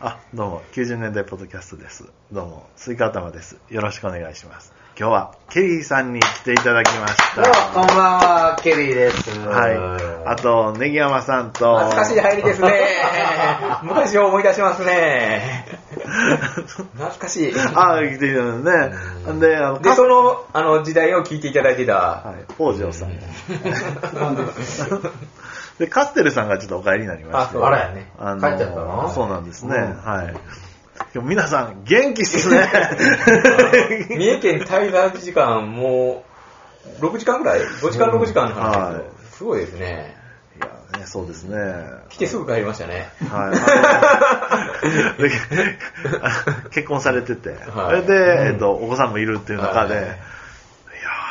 あ、どうも、90年代ポッドキャストです。どうも、スイカ頭です。よろしくお願いします。今日は、ケリーさんに来ていただきましどうも、こんた。ばんは、ケリーです。はい。あと、ネギヤマさんと、懐かしい入りですね。 昔を思い出しますね。懐かしい。 あ、来ていただいてね。で、あの、で、かその、あの、時代を聞いていただいてた。はい、北条さん。で、カステルさんがちょっとお帰りになりまして。あそうあらやねあの帰っちゃったのそうなんですね。うんはい。でも皆さん、元気っすね。 三重県滞在時間、もう、6時間ぐらい ?5 時間6時間の話ですけど、すごいですね。いやね、そうですね。来てすぐ帰りましたね。はい。 で 結婚されてて、はいそれで、えっと、お子さんもいるっていう中で、はいい、や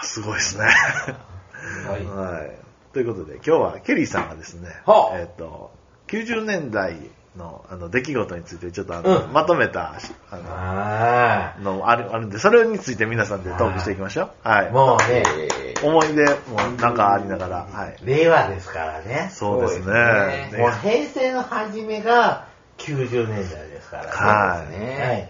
ー、すごいですね。はい。ということで、今日はケリーさんがですね、はあえっと、90年代のあの出来事についてちょっとあの、まとめたああののあるあるんで、それについて皆さんでトークしていきましょう。はあ、い。もうね、思い出もなんかありながら、はい。令和ですからね。そうですね。そうですねもう平成の初めが90年代ですからはいはい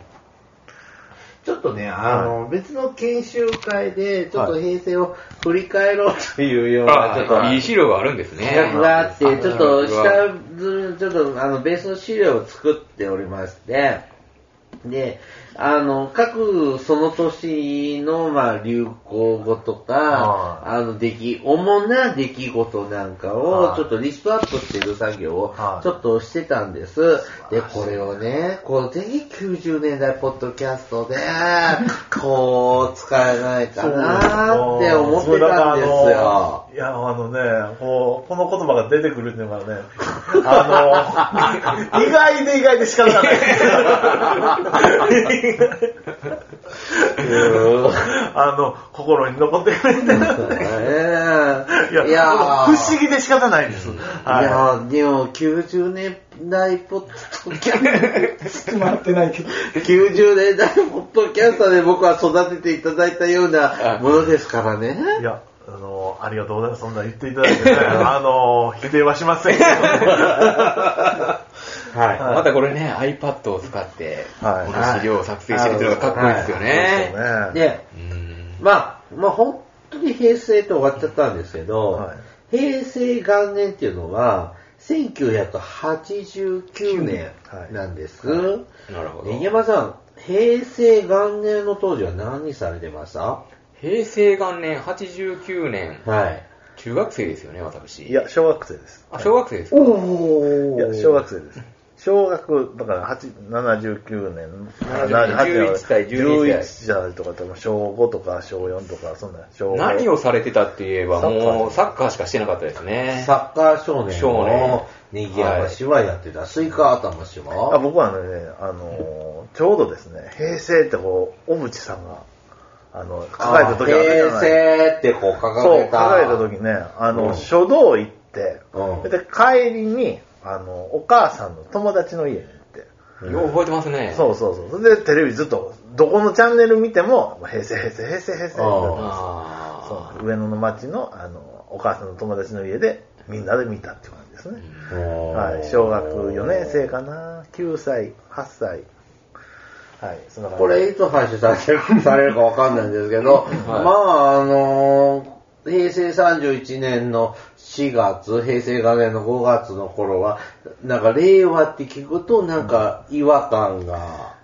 ちょっとね、あの、別の研修会で、ちょっと平成を振り返ろうというような、ちょっとあ、いい資料があるんです企ね画。があって、ちょっと企画下ず、ちょっとあの、ベースの資料を作っておりまして、で、あの、各その年の、まあ、流行語とかは、あの、出来、主な出来事なんかをは、いちょっとリストアップしてる作業をは、いちょっとしてたんです。で、これをね、こう、ぜひ90年代ポッドキャス トで、こう、使えないかなーって思ってたんですそうだからよ。あのいや、あのね、こう、この言葉が出てくるっていうのはね、あ の、意外で意外で仕方がない。あの、心に残ってくれてる。いいや、この不思議で仕方ないです。はいいやーでも90年代ポッドキャスト90年代ポッドキャストで僕は育てていただいたようなものですからねいや、あの、ありがとうございます。そんな言っていただいてね、あの、否定はしませ んけど。はい。 はいまたこれね、iPad を使って、こはいの資料を作成してるっていうのがかっこいいですよね。そうでねうんまあまあ本当に平成って終わっちゃったんですけど、はい平成元年っていうのは1989年なんです、なるほ根ど。山さん平成元年の当時は何されてました平成元年89年、はい中学生ですよね、私。いや、小学生です。あ、小学生ですか。おおいや、小学生です。小学、だから、8 79年、 11対12 11歳とか、多分小5とか小4とか、そんな、小5何をされてたって言えば、サッカーもうサッカーしかしてなかったですね。サッカー少年少年のネギ山氏はやってた。スイカ頭氏あは僕はね、あのー、ちょうどですね、平成ってこう、小渕さんが、あの、抱えた時あったじゃ平ない成ってこうそ掲う、げた。抱えた時ね、あの、うん書道行って、うんで、帰りに、あの、お母さんの友達の家に行って、よう覚えてますね。そうそうそう。それでテレビずっと、どこのチャンネル見ても、平成、平成、平成、平成ってなってあーそう上野の町の、あの、お母さんの友達の家で、みんなで見たっていう感じですね。おーはい。小学4年生かな、9歳、8歳。はい。そんな感じこれいつ廃止されるされるかわかんないんですけど、まああのー平成31年の4月、平成元年の5月の頃は、なんか令和って聞くとなんか違和感が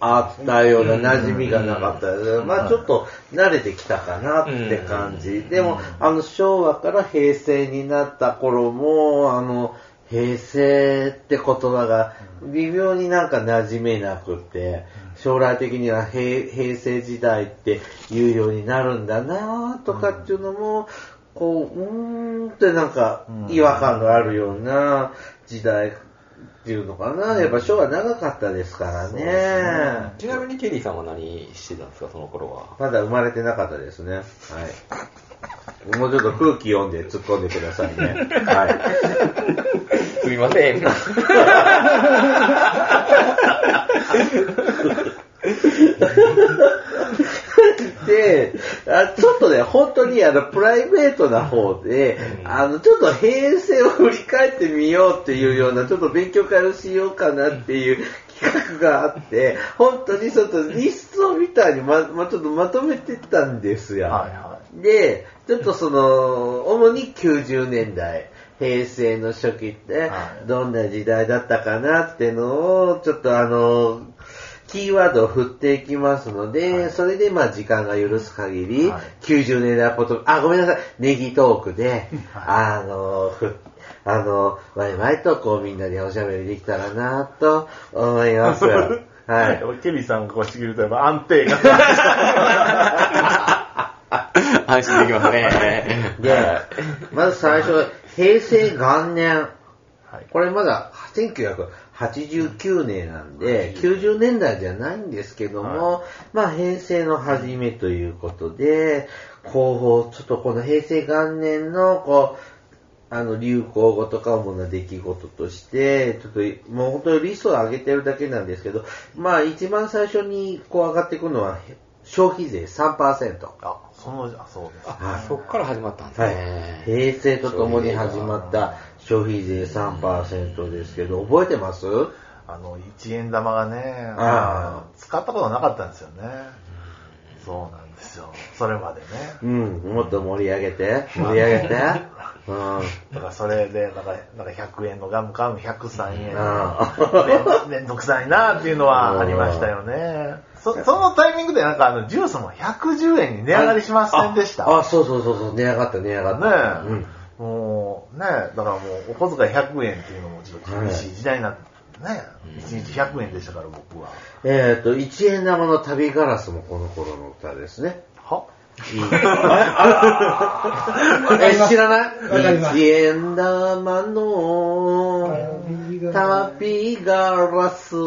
あったような馴染みがなかったです。まあちょっと慣れてきたかなって感じ。でも、あの昭和から平成になった頃も、あの、平成って言葉が微妙になんか馴染めなくて、将来的には平平成時代って言うようになるんだなとかっていうのも、こう、うーんってなんか違和感があるような時代っていうのかな。やっぱ昭和長かったですからね。ちなみにケリーさんは何してたんですか、その頃は。まだ生まれてなかったですね。はい。もうちょっと空気読んで突っ込んでくださいね。はい。すみませ ん。で、あちょっとね、本当にあのプライベートな方で、あのちょっと平成を振り返ってみようっていうような、ちょっと勉強会をしようかなっていう企画があって、本当にちょっとリストみたいにま、ま、ちょっとまとめてたんですよ。はいはで、ちょっとその、主に90年代、平成の初期っては、どんな時代だったかなってのを、ちょっとあの、キーワードを振っていきますので、それでまあ時間が許す限り、はい90年代ポト、あ、ごめんなさい、ネギトークで、あの、ふあの、ワイワイとこうみんなでおしゃべりできたらなと思い ます。はい。ケリーさんがこうしてくれたら安定 が。安心できます ね。で、まず最初、平成元年。はいこれまだ1989年なんで、90年代じゃないんですけども、まあ平成の初めということで、こう、ちょっとこの平成元年の、こう、あの、流行語とか主な出来事として、ちょっと、もう本当にリストを上げてるだけなんですけど、まあ一番最初にこう上がっていくのは、消費税3%。あ、その、あ、そうです。はいそっから始まったんですはいね。、平成とともに始まった消費税3%ですけど、覚えてますあの、1円玉がね、ああの使ったことなかったんですよね。そうなんですよ。それまでね。うん、もっと盛り上げて、盛り 上げて。うん、だからそれで、なんか、なんか100円のガムかむ103円あめ。めんど くさいなっていうのはありましたよね。そそのタイミングでなんかあのジュースも110円に値上がりしませんでした。あ、そうそうそうそう、値上がった、値上がった。ねえ、もうねえ、だからもうお小遣い100円っていうのもちょっと厳しい時代になってね、一1日100円でしたから僕は。うん、えっ、と、一円玉の旅ガラスもこの頃の歌ですね。はい いえ、知らない一円玉の旅ガラスっ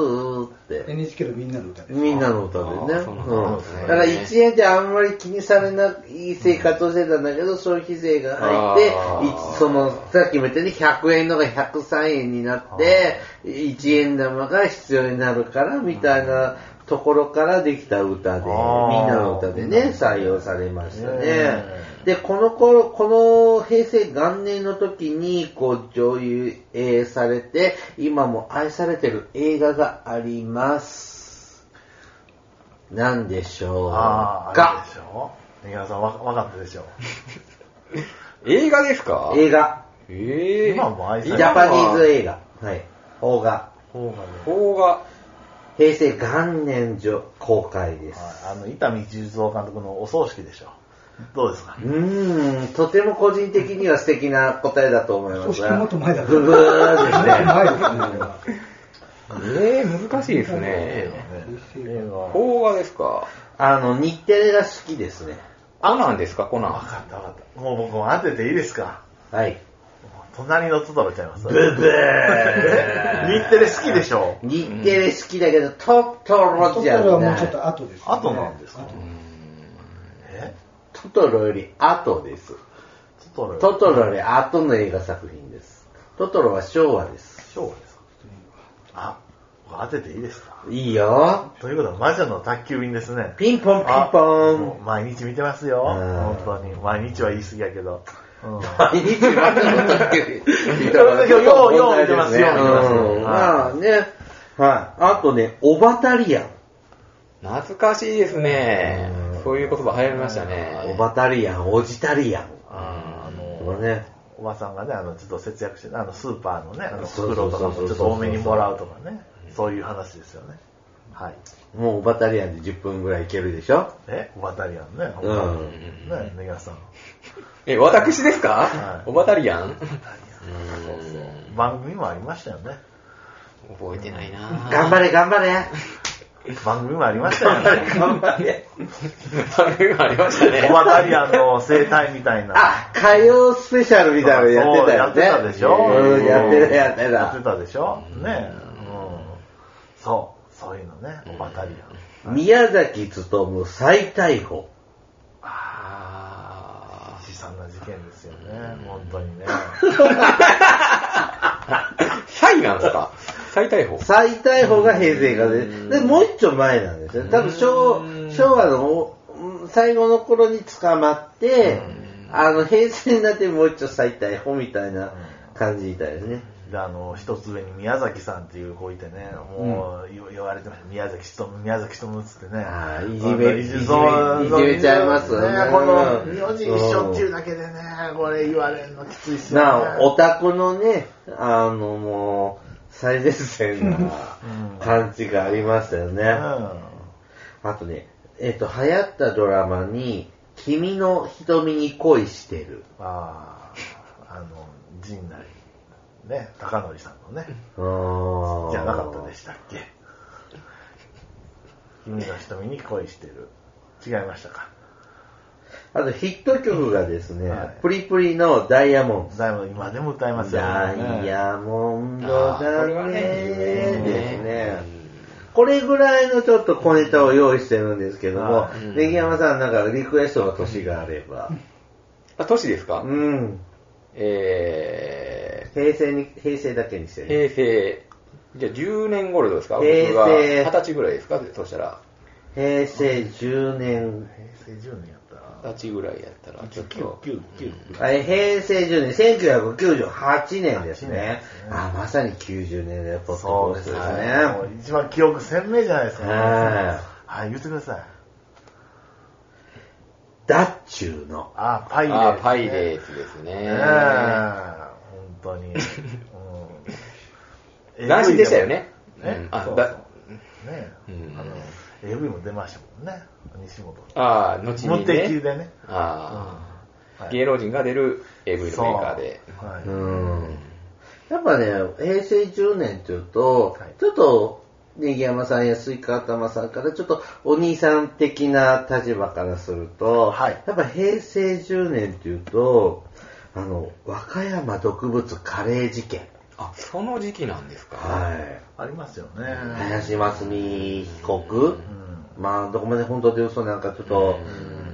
て。 NHK のみんなの歌です。みんなの歌であね。ーそうなんだうんそうですねだから1円ってあんまり気にされない生活をしてたんだけど、消費税が入って、あーいその、さっきも言ったように100円のが103円になって、1円玉が必要になるから、みたいなところからできた歌で、みんあーなの歌でね、採用されましたねね。で、この頃、この平成元年の時に、こう、上映されて、今も愛されてる映画があります。なんでしょうああ、あれかでしょ根際さんわわかったでしょ映画ですか映画。ええ今も愛ジされャパニーズ映画。はい。邦画。方がね、邦画。平成元年上公開です。はいあの、伊丹十三監督のお葬式でしょどうですかうーん、とても個人的には素敵な答えだと思います。少しもっと前だけブど。ブーですね。前ですね。ええ難しいですね。映画は。邦画ですかあの、日テレが好きですね。コナンですかコナわン。かったわかった。もう僕も当てていいですかはい。もう隣のトトロちゃいます。ブブー日テレ好きでしょ日テレ好きだけど、トトそロっじたゃらもうなちょっい。と後です、ね。後なんですか後えトトロより後です。トトロトトロより後の映画作品です。トトロは昭和です。昭和ですかあ、僕当てていいですかいいよ。ということは魔女の宅急便ですね。ピンポンピンあポもうン。毎日見てますよ。うん本当に。毎日は言い過ぎやけど。うん毎日またのだけで。ようよう見てますよう見てますよんまあね。はい。あとね、オバタリアン。懐かしいですね。そういう言葉流行りましたオね。バタリアン、オジタリアン。あのこれね。 おばさんがね、あの、ちょっと節約して、あの、スーパーのね、あの、そう袋そうそとかうもそうちょっと多めにもらうとかね、そういう話ですよね。はい。もうオバタリアンで10分ぐらいいけるでしょえ、オバタリアンね。うね、ん。ネガさん。え、私ですはかいオバタリアン番組もありましたよね。覚えてないな頑張れ、頑張れ。番組もありましたよね。頑張れ。そういう のありましたねオ。バタリアンの生態みたいな。あ、火曜スペシャルみたいなのやってたよね。そうやってたでしょうん、やってた、やってやった。てたでしょねうん。そう。そういうのね。オバタリアン。宮崎努再逮捕。あ悲惨な事件ですよね。本当にね。ーサイなんですか再逮捕。再逮捕が平成がで、で、もう一丁前なんですよ。多分昭昭和の、うん最後の頃に捕まって、あの、平成になってもう一丁最逮捕みたいな感じみたいですね。であの一つ上に宮崎さんっていう子いてね、もう言言われてました、宮崎しとむ、宮崎しとむっつってね、ああいじめあのいじいじめそういじめちゃいますよねねこのうん名字一緒っていうだけでね、これ言われるのきついっすよね。なあ、オタクのね、あのもう、最前線な感じがありましたよね。あとね、えっ、と、流行ったドラマに、君の瞳に恋してる。うん、ああ、あの、陣内、ね、高典さんのね、うーんじゃなかったでしたっけ。君の瞳に恋してる。違いましたか。あとヒット曲がですね、はいプリプリのダイヤモンド。ダイヤモンド今でも歌いますよダイヤモンドだあーこれはねねですね。これぐらいのちょっと小ネタを用意してるんですけどもは、ネギ山さんなんかリクエストの年があれば。あ、都市ですかうん。え平成に、平成だけにしてー、ね。平成。じゃあ10年頃ですか僕平成が20歳ぐらいですかそしたら。平成10年、平成10年やったら、 20歳ぐらいやったら、ちょっと。 99、あれ平成10年、1998年です98年ねで。あ、まさに90年代ポッそドうキでャスすトねですね。。もう一番記憶鮮明じゃないですか。ははい、言ってください。ダッチューの。。あ、パイレーツ、あー、パイレーツですねねえ。本当に。うん 斬新でしたよね。うねん。あそうそうだねえうんあの、AV も出ましたもんね。西本。あー、後無にね。敵でね。あうんあ、はい芸能人が出る AV のメーカーで。そうはいうん。やっぱね、平成10年っていうと、はいちょっと、ネギ山さんやスイカ頭さんからちょっとお兄さん的な立場からすると、はいやっぱ平成10年っていうと、あの、和歌山毒物カレー事件。あ、その時期なんですか。はい。ありますよね。林真澄被告、うんまあどこまで本当で嘘なんかちょっと、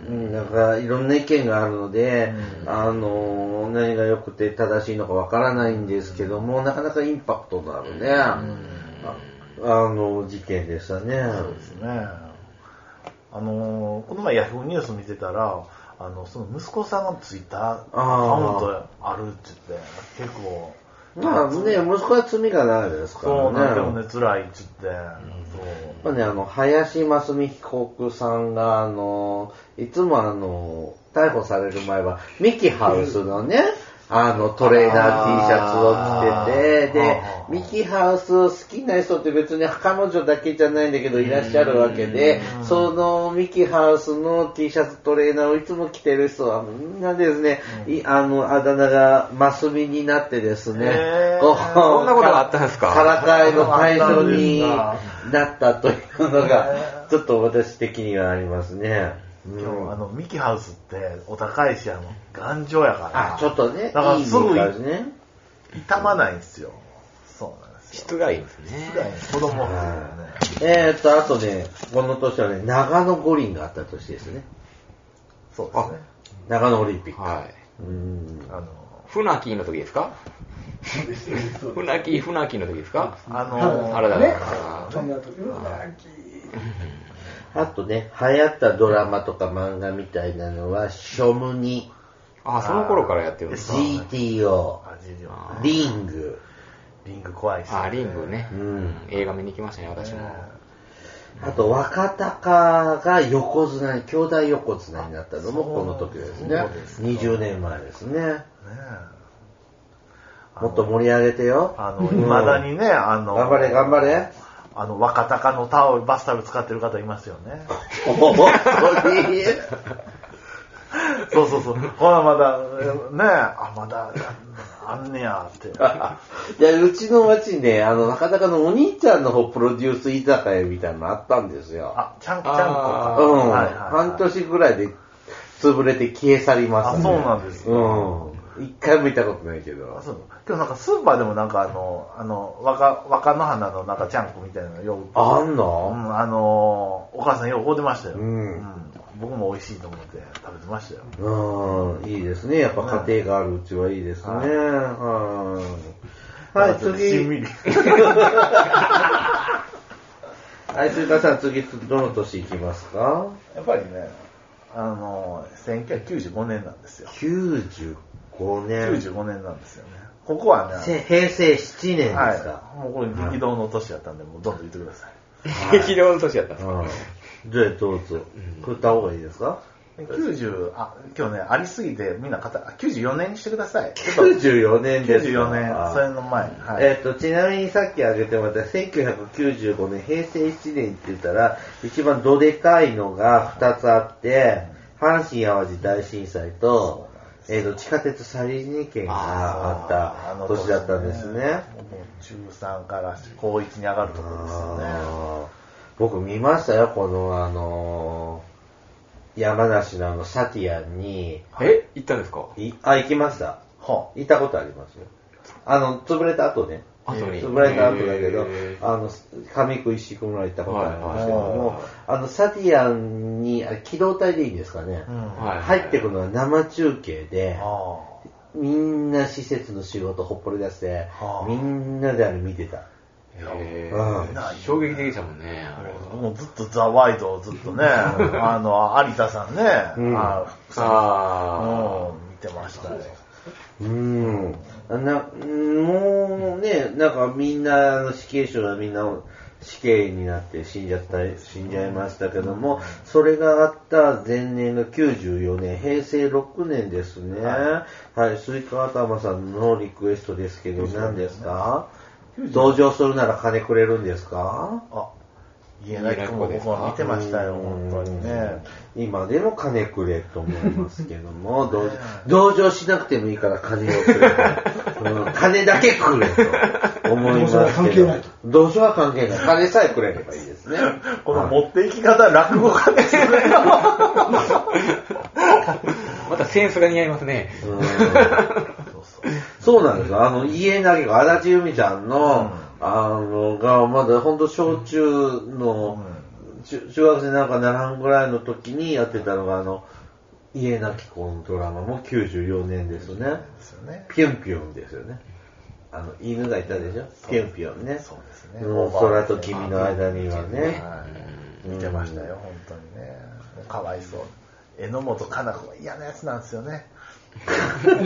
うんなんかいろんな意見があるので、あの何が良くて正しいのかわからないんですけどもなかなかインパクトのあるね、ああの事件でしたね。そうですね。あのーこの前ヤフーニュース見てたら、あの、その息子さんのツイッターアカウントあるって言って、結構、まあね、息子は罪がないですからね。そうなんでもね、辛いって言って、やっぱね、あの、林真澄被告さんが、あの、いつもあの、逮捕される前は、ミキハウスのね、あの、トレーナー T シャツを着てて、であ、ーミキハウスを好きな人って別に彼女だけじゃないんだけどいらっしゃるわけで、そのミキハウスの T シャツトレーナーをいつも着てる人はみんなですね、いあの、あだ名がマスミになってですねへ、ーこうそんなことがあったんですかからかいの対象になったというの が、ちょっと私的にはありますね。そううん今日、あの、ミキハウスってお高いし、あの、頑丈やから、あ、ちょっとね、だからいいすぐ感じね。傷まないんですよ。そうなんですよ。質がいいんですね。辛い子供ですよね。えーと、あとね、この年はね、長野五輪があった年ですね。そうですね。長野オリンピック。はい。うんあの、船木の時ですか船木、船木の時ですかあの原田ねかそんなとこうわあとね、流行ったドラマとか漫画みたいなのは、ショムニ、あ、その頃からやってるんですか。 GTO、あジリオンリング、リング怖いし、あ、リングねう。ん、映画見に行きましたね、私も。あと、若鷹が横綱に、兄弟横綱になったのもこの時ですね。そうですか20年前ですね。ねえもっと盛り上げてよ。あの、未だにね、あの、頑張れ、頑張れ。あの、若鷹のタオル、バスタオル使ってる方いますよね。本当にそうそうそう。ほら、まだ、ねあ、まだ、あんねや、っ て。いや、うちの町ね、あの、なかなかのお兄ちゃんの方プロデュース居酒屋みたいなのあったんですよ。あ、ちゃん、ちゃんこか。うん、はいはいはい半年ぐらいで潰れて消え去りました、ね。あそうなんですかうん。一回も見たことないけどあ。そう今日なんかスーパーでもなんかあの、あの、若、若の花のなんかちゃんこみたいなのよう、あんうの、ん、あのお母さんよう買うてましたよ。うん僕も美味しいと思って食べてましたよ。うん、いいですね。やっぱ家庭があるうちはいいですね。はいはい。はい、しんみ次。り。 はい、鈴鹿さん、次、どの年いきますかやっぱりね、あの、1995年なんですよ。 95年。 95年なんですよね。ここはせね、平成7年ですか。はい。もうこれ激動の年やったんで、もうどんどん言ってください。激動の年やった。うんじゃあどうぞ。食った方がいいですか90、あ、今日ね、ありすぎて、みんな語、あ94年にしてくだ さい。 ?94 年ですか。 94年、それの前。はい。えっと、ちなみにさっき挙げてもらった1995年、平成7年って言ったら、一番どでかいのが2つあって、阪神淡路大震災と、えっと、地下鉄サリー事件があった年だったんですね。もう中3から高1に上がるところですよね。あー僕見ましたよ、このあのー山梨のあのサティアンに、 え行ったんですかいあ、行きました。は行ったことありますよ。あの、潰れた後ね。後に潰れた後だけどへ、あの、上区石区村行ったことありますけどはいもは、あの、サティアンに、あれ機動隊でいいんですかね。あ。うん。あはい入ってくるのは生中継で、あ。みんな施設の仕事ほっぽり出しては、あみんなであれ見てた。へうんー衝撃的でしたもんね。もうずっとザ・ワイドをずっと ね、あの、有田さんね、うんああのうん、見てましたね。うん。な、もうね、なんかみんな、あの死刑囚はみんな死刑になって死んじゃった、死んじゃいましたけども、それがあった前年が94年、平成6年ですね。はい、スイカ頭さんのリクエストですけど、何ですか同情するなら金くれるんですかあ、家なき子も僕は見てましたよ、本当にね。うん今でも金くれと思いますけども、 同同情しなくてもいいから金をくれと、 うん金だけくれと思いますけ同情は関係どないと、同情は関係ない。金さえくれればいいですね。この持っていき方、落語家ですよね。あ。またセンスが似合いますね。うん そうそう。そうなんですよ。あの、家投げが足立由美ちゃんの、あの、が、まだほんと小中の、中中学生なんかならんぐらいの時にやってたのが、あの、家なき子のドラマも94年ですね。ですよね。ピュンピュンですよね。あの、犬がいたでしょピュンピュンね。そうですねもう空と君の間にはね。はい見てましたよ、本当にね。もうかわいそう。榎本かな子は嫌なやつなんですよね。 本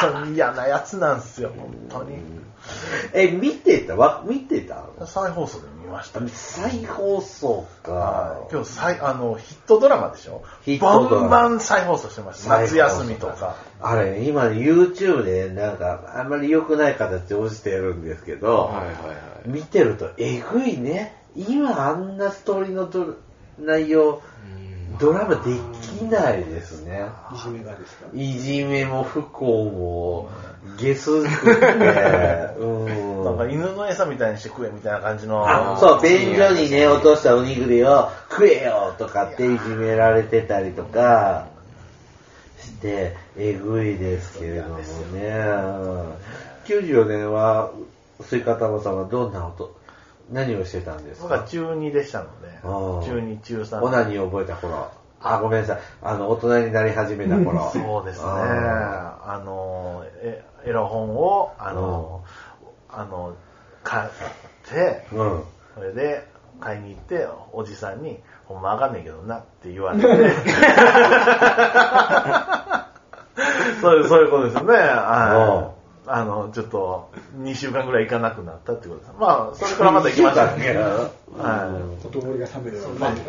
当に嫌なやつなんですよ、本当に。え、見てたわ、見てた再放送で見ました。再放送かはい。今日再、あの、ヒットドラマでしょヒットドラマバンバン再放送してました。夏休みとか。。あれ、今 YouTube でなんか、あんまり良くない形で落ちてるんですけど、はいはいは見てるとえぐいね。今あんなストーリーのド内容、ドラマできないですね。いじめがですかいじめも不幸も、ゲスって、うん。なんか犬の餌みたいにして食えみたいな感じの。あそう、便所にね、落としたおにぎりを食えよとかっていじめられてたりとかして、えぐいですけれどもね。94年は、スイカ玉さんはどんな音、何をしてたんです僕はか中2でしたので、あー中2、中3。オナニーを覚えた頃。あ、ごめんなさい。あの、大人になり始めた頃。そうですね。ああの、えエロ本を、あの、あの、買って、ーうん。それで、買いに行って、おじさんに、ほんまあかんねんけどなって言わ れて。そういう、そういうことですよおね。うはいあの、ちょっと、2週間ぐらい行かなくなったってことです。まあ、それからまた行きました聞いたんだけどはいほとぼりが冷めるようなね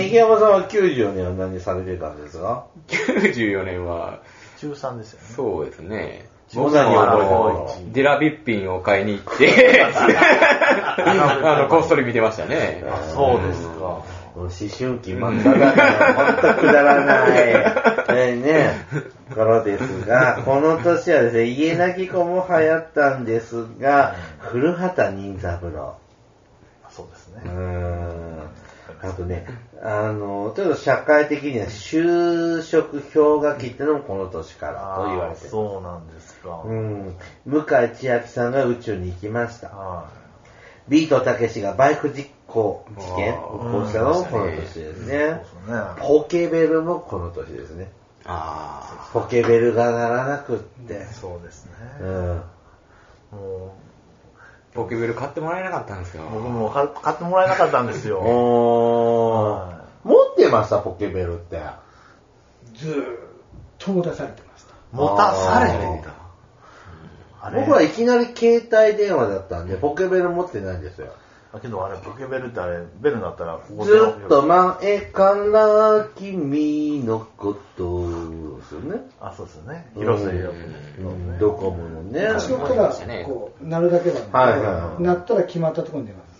ネギ山さんは94年は何されてたんですかい。94年は、中3ですよね。そうですね。そ僕うもだよあもうの、デラビッピンを買いに行って、あの、こっそり見てましたね。あそうですか。思春期真っ只中、全くくだらない、えーね、頃ですが、この年はですね、家なき子も流行ったんですが、古畑任三郎。そうですうーね。ん。あとね、あの、ちょっと社会的には就職氷河期ってのもこの年からと言われてあーる。そうなんですか。うん。向井千秋さんが宇宙に行きました。はビートたけしがバイク実行事件あを起ーこしたのもこの年ですい。ね。そうですね。ポケベルもこの年ですね。あポケベルが鳴らなくって。そうですね。うん。もあ、ポケベル買ってもらえなかったんですよう、。僕もか買ってもらえなかったんですよ。おーは持ってました、ポケベルって。いずーっと持たされてました。持たされていた。あれ僕はいきなり携帯電話だったんで、ポケベル持ってないんですよ。だけどあれ、ポケベルってあれ、ベルになったら、ここで。ずっと前から君のことですよね。あ、そうですよね。広瀬ようんドコモのね。私はただ、こう、なるだけなんで、はいはいはいなったら決まったところに出ます。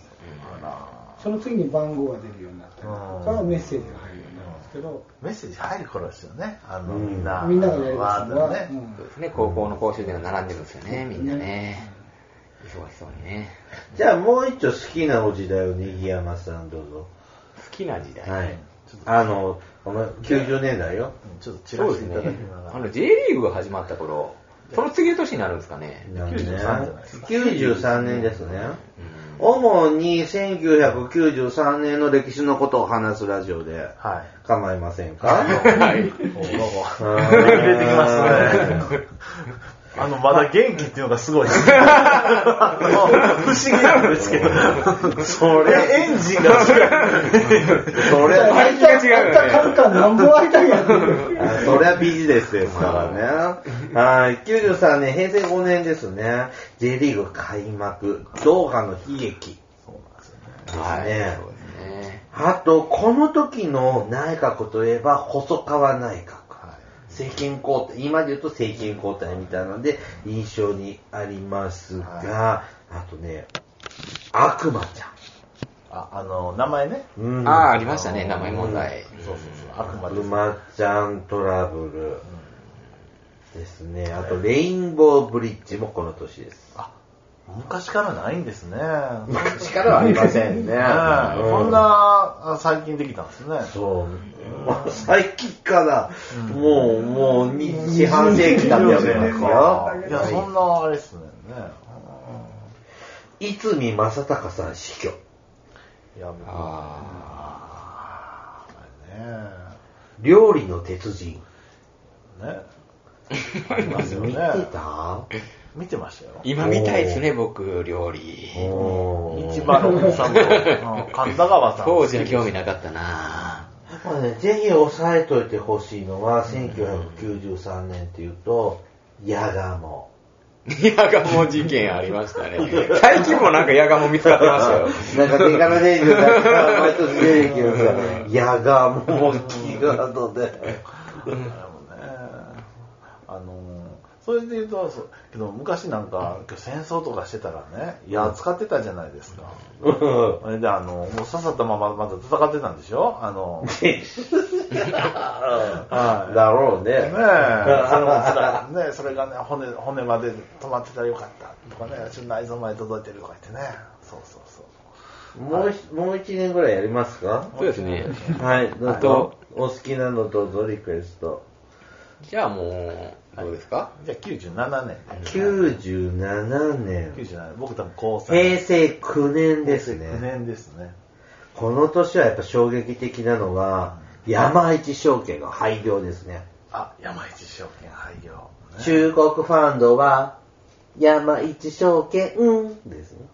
その次に番号が出るようになったりとか、メッセージが入るようになるんですけど、メッセージ入る頃ですよね。あの、みんな。みんながやりだわすーのは、ってうね。んそうですね、高校の講習では並んでるんですよね、みんなね。忙しそうにね。じゃあもう一丁好きなお時代をにぎやまさんどうぞ。好きな時代。はい。あの、この90年代よ。うんちょっとチラそうでしすていねただきなが。あら。の、J リーグが始まった頃、その次の年になるんですかね。なんでね93じゃないです93年ですね。主に1993年の歴史のことを話すラジオではい。構いませんかおーどうもうーん出てきましたね。あの、まだ元気っていうのがすごいですね。あの不思議なんですけど。それ、エンジンが違う。そりゃ、開いた、開いたカンカンなんぼ開いたんやっていう。あそりゃビジネスですからね。はい。93年、平成5年ですね。J リーグ開幕、ドーハの悲劇。そうなんですね。ですね。そうですね。あと、この時の内閣といえば、細川内閣。政権交代、今で言うと政権交代みたいなので、印象にありますが、あとね、悪魔ちああの、名前ね。ゃん。うんああ、ありましたね、名前問題。そうそうそう。悪魔で悪す。魔ちゃんトラブルですね。あと、レインボーブリッジもこの年です。あ、昔からないんですね。力はありませんね。ねえこんなあ最近できたんですね。そう。最近から、もう、もう、に四半世紀経っておりますいや、そよ。んなあれですね。ねいつみ正隆さん死去。いや、僕あああ料理の鉄人。れね。ね。 ありますよ見てね。た見てましたよあ。。今見たいですね、僕、料理。お一番六三 郎、うん神田川さん。当時の興味なかったな これね、ぜひ押さえといてほしいのは、1993年っていうと、ヤガモ。ぁ。ヤガモ事件ありましたね。最近もなんかヤガモ見つかってまし たよ。なんか、手柄レイジュだけは毎年出てきるんですよ。ヤガモキガードで。だよねあのそれで言うと、そうけど昔なんか戦争とかしてたらね、いや、使ってたじゃないですか。うんそれで、あの、もう刺さったまままだ戦ってたんでしょあの、はい。だろうね。ねえ、それも辛いねえそれがね、骨、骨まで止まってたらよかったとかね、ちょっと内臓まで届いてるとか言ってね、そうそうそう。もうひ、もう一年ぐらいやりますかそうですね。はい、どうあぞと。お好きなのどうぞ、リクエスト。じゃあもう、どうですかじゃあ97年で、 97年。 97年、僕多分高3平成9年です9ね。年ですね。この年はやっぱ衝撃的なのは、山一証券の廃業ですね。あ、山一証券廃業。ね、中国ファンドは、山一証券ですね。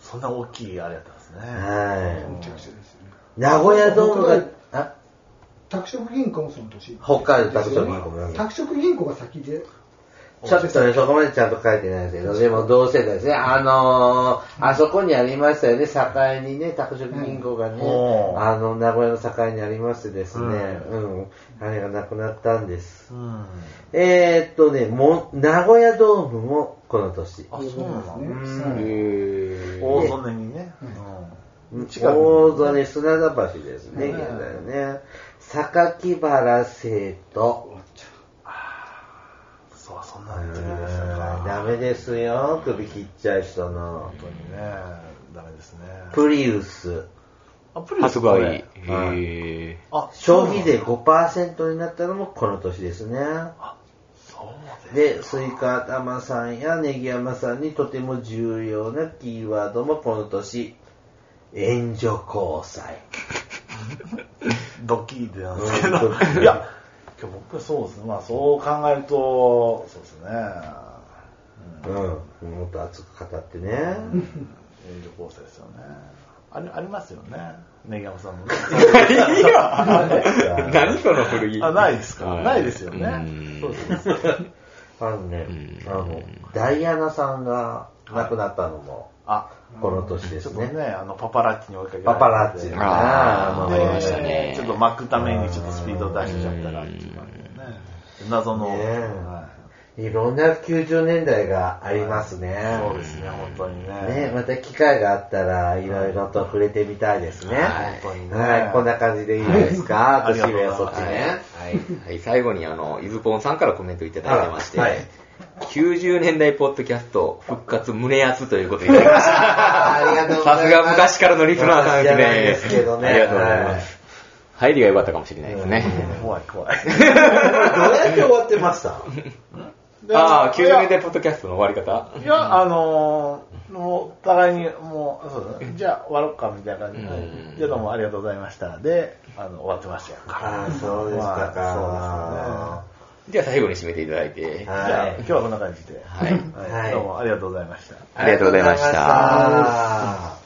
そんな大きいあれやったんですね。はめちゃくちゃですよね。い。名古屋ドームが、あ、拓殖銀行もその年。北海道拓殖銀行もなんだ拓殖銀行が先で、ちょっとね、そこまでちゃんと書いてないですけど、でも同世代ですね。あのー、あそこにありましたよね、境にね、拓殖銀行がね、うんあの、名古屋の境にありましてですね、うん、あれがなくなったんです。うん。えー、っとね、も、名古屋ドームもこの年。あ、そうなんだ。ですへね。ー大曽根にね。うん。違う。大曽根砂田橋ですね、うん現在ね。榊原生徒。そう、そんうな時でしたーんか。ダメですよ、首切っちゃう人の本。当にね、ダメですね。プリウス。あ、プ発売こ。れはいへれあ、消費税5%になったのもこの年ですね。そうでで、スイカ頭さんやネギ山さんにとても重要なキーワードもこの年。援助交際。ドッキリでなんですけど、いや、今日僕そうですね、まあそう考えると、そうですね、うん。もっと熱く語ってね。援助構成ですよね。ありありますよね。ねぎやまさんも ね。いやあれ 何その古着あ、ないですか、はいないですようねん。そうそうそう。あのねうん、あの、ダイアナさんが亡くなったのも、あ、この年でちょすっとね、ね。あの、パパラッチに追いかけられてパパラッチのね、ああーのわかりましたねでちょっと巻くためにちょっとスピードを出しちゃったらっていう感じでね。謎の、ねえはいろんな90年代がありますね。いそうですね、本当にね。ね、また機会があったら、いろいろと触れてみたいですね。はい本当にねはい、こんな感じでいいですか、はい年上はありがとそうごっちざね。はい、はい、最後にあの、ゆずぽんさんからコメントいただいてまして、あらはい90年代ポッドキャスト復活胸熱ということでいただきました。ありがとうございまさす。すが 昔からのリスナーさん私ですじゃないね。ですけどねありがとうございます。入りが良かったかもしれないですね。怖い怖い。どうやって終わってました でああ、いや90年代ポッドキャストの終わり方いや、あのー、もう、お互いに、もう、そうだね。じゃあ、終わろうか、みたいな感じでうん。じゃあ、どうもありがとうございました。で、あの、終わってましたよ。ああ、そうでしたか。まあじゃあ最後に締めていただいて。そうですね。じゃあ、今日はこんな感じで。はい。はいどうもありがとうございました。ありがとうございましたありがとうございました